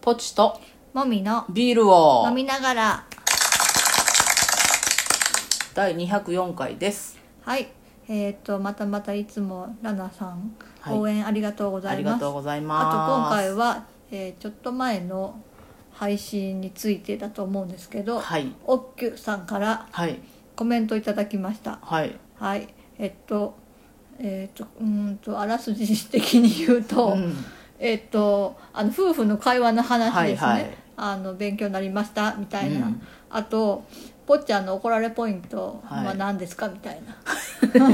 ポチともみのビールを飲みながら第204回ですはいえっ、とまたまたいつもラナさん、はい応援ありがとうござありいがますとうございますあと今回は、えーちょっと前の配信についてだと思うんですけど、はいおっきゅさんからはいコメントいただきましたはいはいえっとえっとうーんとあらすじ的に言うと、うんえっとあの夫婦の会話の話ですね、はいはいあの勉強になりましたみたいな、うんあとぽっちゃんの怒られポイントははい何ですか、みたいなう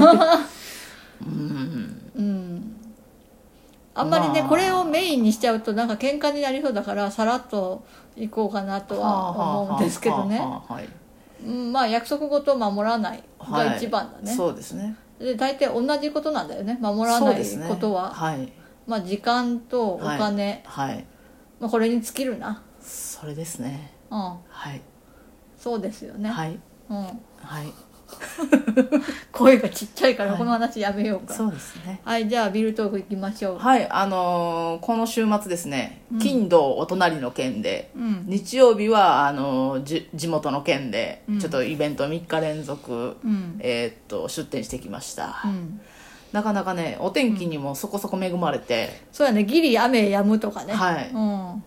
ん うんあんまりね、まあこれをメインにしちゃうとなんか喧嘩になりそうだからさらっと行こうかなとは思うんですけどね、はあはあはあはいうん、まあ約束事を守らないが一番だね、そうですねで大体同じことなんだよね守らないことは、そうですねまあ時間とお金、はいはいまあ、これに尽きるなそれですねうんはいそうですよね、はいうん、はい声がちっちゃいからはいこの話やめようか、そうですねはいじゃあビルトーク行きましょうはいあのーこの週末ですねうん金土お隣の県でうん日曜日はあのじ地元の県でうんちょっとイベント3日連続、うんえーっと出店してきました、うんなかなかねお天気にもそこそこ恵まれて、そうやねギリ雨やむとかねはいうん、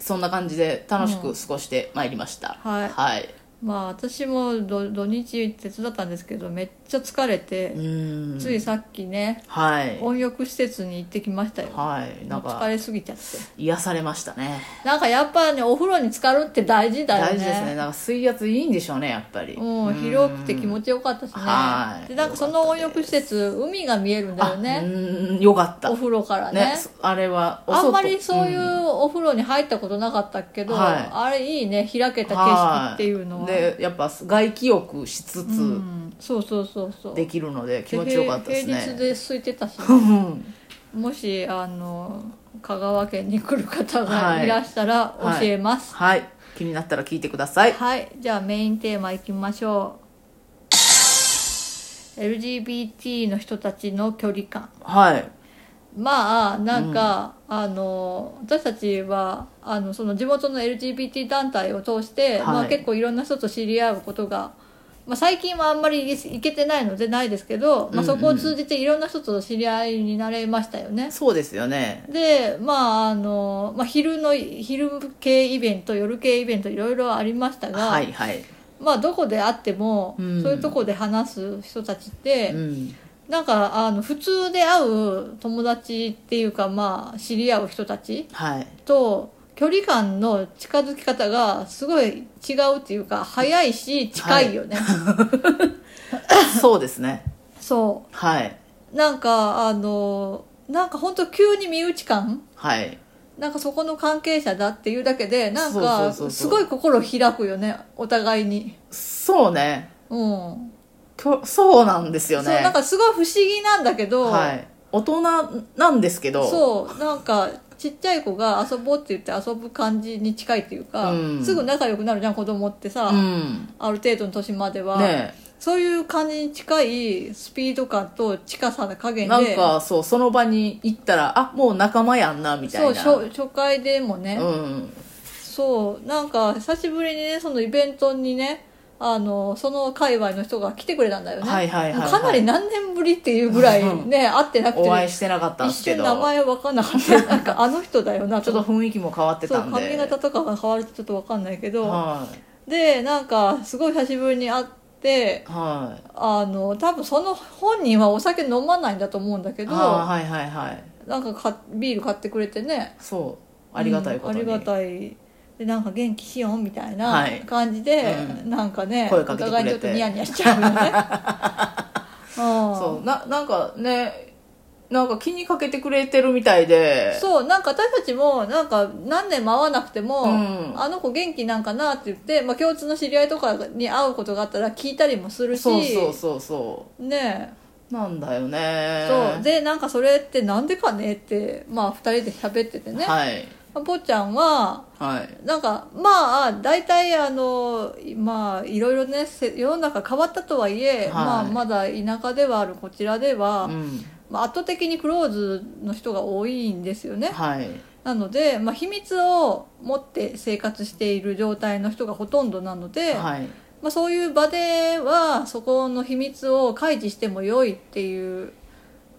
そんな感じで楽しうくん過ごしてまいりました、はいまあ私もど土日手伝ったんですけどめっちゃ疲れうて、ーんついさっきねはい温浴施設に行ってきましたよ、はいもなうん疲かれすぎちゃって癒されましたねなんかやっぱねお風呂に浸かるって大事だよね大事ですねなんか水圧いいんでしょうねやっぱりもう広くて気持ちよかったしねはいでなんかその温浴施設海が見えるんだようねーんよかったお風呂からねねあれはおあ外んまりそういんうお風呂に入ったことなかったけど、はいあれいいね開けた景色っていうのは、はでやっぱ外気浴しつうつんそうそうそうそうできるので気持ちよかったですで平日ねで空いてたし、うんもしあの香川県に来るは方がいいらしたらはい教えますはい気になったら聞いてくださいはい、じゃあメインテーマいきましょう LGBT の人たちの距離感はいまあなんか、あの私たちはあのその地元の LGBT 団体を通しはて、いまあ、結構いろんな人と知り合うことが、まあ、最近はあんまり行けてないのでないですけど、まあ、そこを通じていろんな人と知り合いになれましたよね。そうですよねでまああの、まあ、昼の昼系イベント夜系イベントいろいろありましたが、はいはいまあどこであっても、うんそういうとこで話す人たちって、うんなんかあの普通で会う友達っていうかまあ知り合う人たちはいと距離感の近づき方がすごい違うっていうか早いし近いよね、そうですね そはいうなんかあのなんか本当急に身内感はいなんかそこの関係者だっていうだけでなんかそうそうそうそうすごい心開くよねお互いにそうねうんきょそうなんですよそうねなんかすごい不思議なんだけど、はい大人なんですけどそうなんかちっちゃい子が遊ぼうって言って遊ぶ感じに近いっていうか、うんすぐ仲良くなるじゃん子供ってさ、うんある程度の年までは、ねそういう感じに近いスピード感と近さの加え減なんでかそうその場に行ったらあもう仲間やんなみたいそうな初初回でもね、うんそうなんか久しぶりにねそのイベントにねあのその界隈の人が来てくれたんだよね、はいはいはいはいかなり何年ぶりっていうぐらいね会ってなくて お会いしてなかったんで一すけ瞬ど名前分かんなかったなんかあの人だよなちょっと雰囲気も変わってそたうんで髪型とかが変わるとちょっと分かんないけど、はいでなんかすごい久しぶりに会ってはあの多分その本人はお酒飲まないんだと思うんだけいど、あーはいはいはいなんかかビール買ってくれてねそうありがたいことに、うんありがたいでなんか元気しよんみたはいない感じで、うなんかね声かけてくれてお互いにちょっとニヤニヤしちゃうよね うんそうななんかねなんか気にかけてくれてるみたいでそうなんか私たちもなんか何年も会わなくても、うんあの子元気なんかなって言って、まあ、共通の知り合いとかに会うことがあったら聞いたりもするしそうそうそうそねうなんだよえねそうでなんかそれってなんでかねって、まあ、2人で喋っててね、はいまあぽっちゃんははいなんかまあ大体あのまあいろいろねせ世の中変わったとはいえ、はいまあ、まだ田舎ではあるこちらでは、うんまあ、圧倒的にクローズの人が多いんですよね。はいなので、まあ、秘密を持って生活している状態の人がほとんどなので、はいまあ、そういう場ではそこの秘密を開示しても良いっていう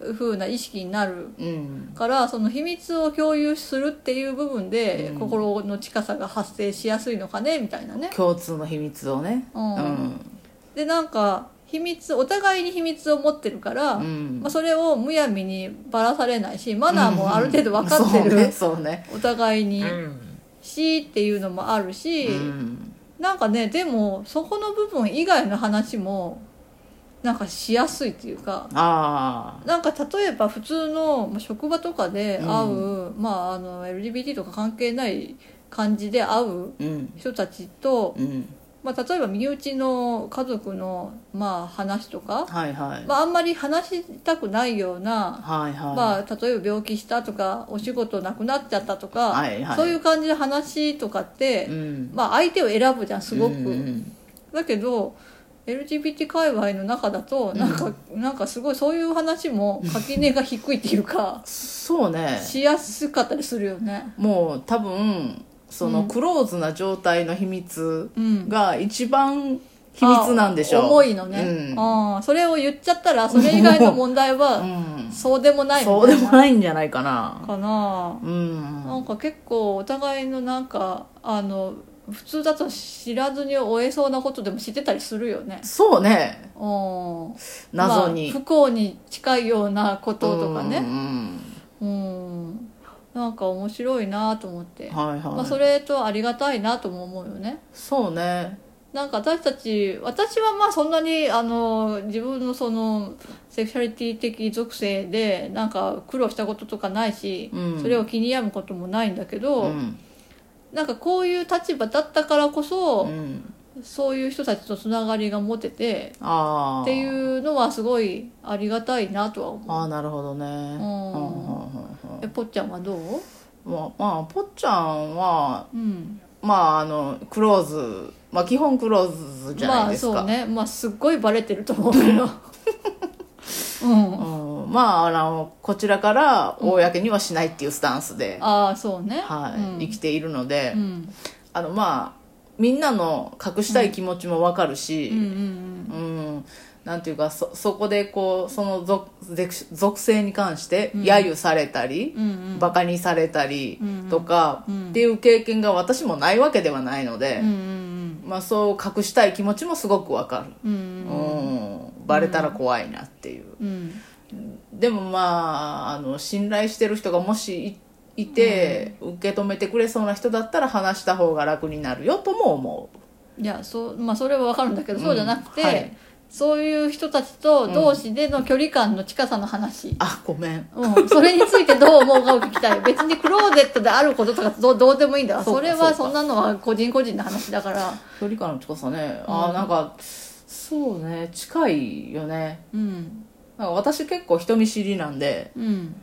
風な意識になるうんからその秘密を共有するっていう部分で、うん心の近さが発生しやすいのかねみたいなね。共通の秘密をねううんんでなんか秘密お互いに秘密を持ってるから、うんまあ、それをむやみにばらされないしマナーもある程度分かってる、うんそうねそうねお互いに、うんしっていうのもあるし、うんなんかねでもそこの部分以外の話もなんかしやすいっていうかあなんか例えば普通のまあ職場とかで会う、まああの LGBT とか関係ない感じで会うあうん人たちと、うんまあ、例えば身内の家族の、まあ、話とか、はいはいまあ、あんまり話したくないような、はいはいまあ、例えば病気したとかお仕事なくなっちゃったとか、はいはいそういう感じの話とかって、うんまあ、相手を選ぶじゃんすごく、うんうんだけど LGBT 界隈の中だとなんか、なんかすごいそういう話も垣根が低いっていうかそうねしやすかったりするよねもう多分そうのんクローズな状態の秘密うんが一番秘密なんでしょうあ重いのね、うんああそれを言っちゃったらそれ以外の問題うはんそうでもないそうでもないいんじゃないかなかなうなんんか結構お互いのなんかあの普通だと知らずに終えそうなことでも知ってたりするよねそうねうん謎にまあ不幸に近いようなこととかうんうねんうんなんか面白いなと思って、はいはい、まあ、それとありがたいなとも思うよねそうねなんか私たち私はまあそんなにあの自分のそのセクシャリティ的属性でなんか苦労したこととかないし、うんそれを気に病むこともないんだけど、んなんかこういう立場だったからこそ、うん、そういう人たちとつながりが持ててああっていううのはすごいありがたいなとは思うああなるほどねうんうんうんえぽっちゃんはどううんまあまあぽっちゃんはうんまああのクローズまあ基本クローズじゃないですか、まあそうねまあすっごいバレてると思うけ どうんあうん、まああのこちらから公にはしないっていうスタンスで、あそうねはいうん、生きているので、うんあのまあみんなの隠したい気持ちもわかるうんうんし、うんうんなんていうかそそこでこうその属属性に関してん揶揄されたり、うんうんバカにされたりうんとか、うっんていう経験が私もないわけではないのでうんう、んまあ、そう隠したい気持ちもすごくわかうんうる、んうんバレたら怖いなっていう。うんでもまああの信頼してる人がもしいいて、受け止めてくれそうな人だったら話した方が楽になるよとも思いやそうまあそれはわかるんだけどそうじゃなくて、うんはいそういう人たちと同士での距離感の近さの話、 うあごめんうん、それについてどう思うかを聞きたい別にクローゼットであることとかどうどうでもいいんだそそうかれそうはかそんなのは個人個人の話だから距離感の近さね、あうあんなんかそうね近いよねうんなんか私結構人見知りなんでうん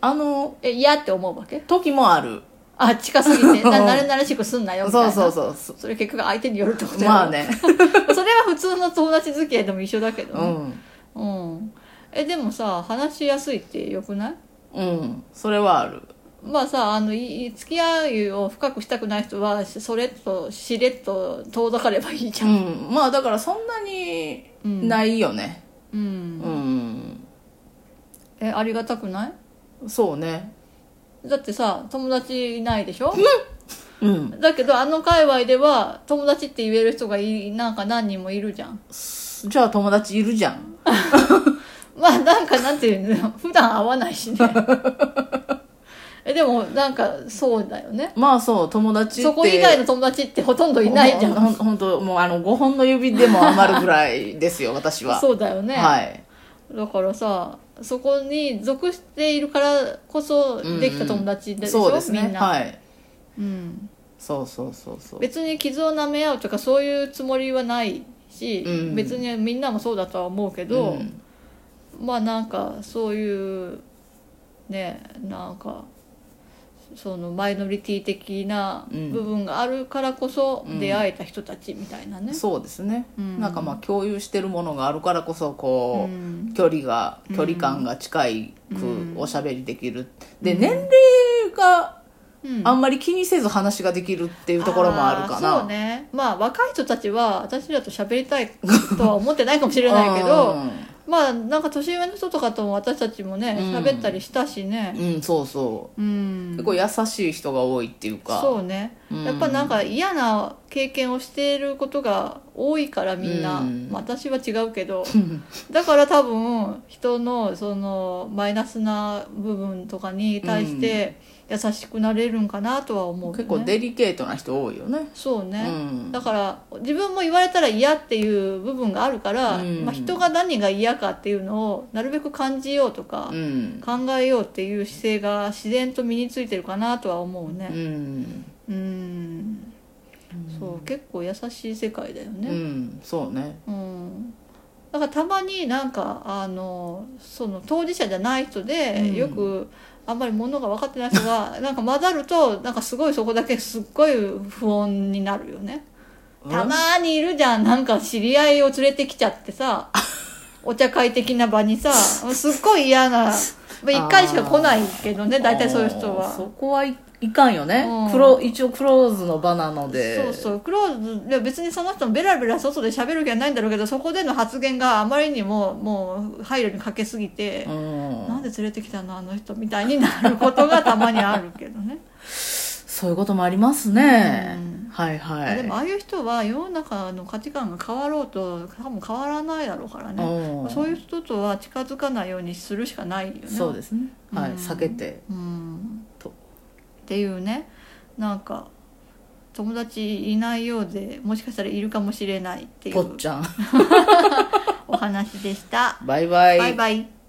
あのえ嫌って思うわけ時もあるあ近すぎて な慣れ慣れしくすんなよみたいそなうそうそうそそれ結局相手によるってことうやろまあ ねそれは普通の友達付き合いでも一緒だけどうねんうん、えでもさ話しやすいってよくないうんそれはあるまあさあのいい付き合いを深くしたくない人はそれとしれっと遠ざかればいいじうゃん、んまあだからそんなにないよねうんうん、えありがたくないそうねだってさ友達いないでしょうんだけどあの界隈では友達って言える人がいなんか何人もいるじゃんじゃあ友達いるじゃん まあなんかなんていうの 普段会わな いしねえでもなんかそうだよねまあそう友達ってそこ以外の友達ってほとんどいないじゃんほんほんともうあの5本の指でも余るぐらいです よ私はそうだよね、はいだからさそこに属しているからこそできた友達でしょ、そうですみねんな、はいうん、そうそうそうそう別に傷を舐め合うとかそういうつもりはないし、うん別にみんなもそうだとは思うけど、うんまあなんかそういうねなんかそのマイノリティ的なうん部分があるからこそうん出会えた人たちみたいなね、そうですね、うんなんかまあ共有してるものがあるからこそこう、うん距離がうん距離感が近いく、うんおしゃべりできるで、うん年齢がうんあんまり気にせず話ができるっていうところもあるかーなそうねまあ若い人たちは私らと喋りたいとは思ってないかもしれないけど、まあなんか年上の人とかとも私たちもねうん喋ったりしたしねうん、うん、そうそううん結構優しい人が多いっていうかそうね、うんやっぱなんか嫌な経験をしていることが多いからみんな、うんまあ私は違うけどだから多分人のそのマイナスな部分とかに対して優しくなれるんかなとは思う、ね、結構デリケートな人多いよねそうね、うんだから自分も言われたら嫌っていう部分があるから、うんまあ、人が何が嫌かっていうのをなるべく感じようとかう、ん、考えようっていう姿勢が自然と身についてるかなとは思ううねんうんそう結構優しい世界だようねんそうねうん、だからたまになんかあのその当事者じゃない人で、うんよくあんまり物が分かってない人 がなんか混ざるとなんかすごいそこだけすっごい不穏になるよねたまーにいるじゃんなんか知り合いを連れてきちゃっ てさお茶会的な場にさすっごい嫌な、まあ、1回しか来ないけどね大体そういう人あーそは。こはい、いかんよね、うんクロ一応クローズの場なのでそうそうクローズで別にその人もベラベラ外で喋る気はないんだろうけどそこでの発言があまりにももう配慮にかけすぎて、うんなんで連れてきたのあの人みたいになることがたまにあるけどね、そういうこともありますね、うんはい はいでもああいう人は世の中の価値観が変わろうと多分変わらないだろうからね、うんそういう人とは近づかないようにするしかないよね。そうですね、はいうん避けてうんとっていうねなんか友達いないようでもしかしたらいるかもしれないっていぽっうちゃんお話でした。バイバイバイバイ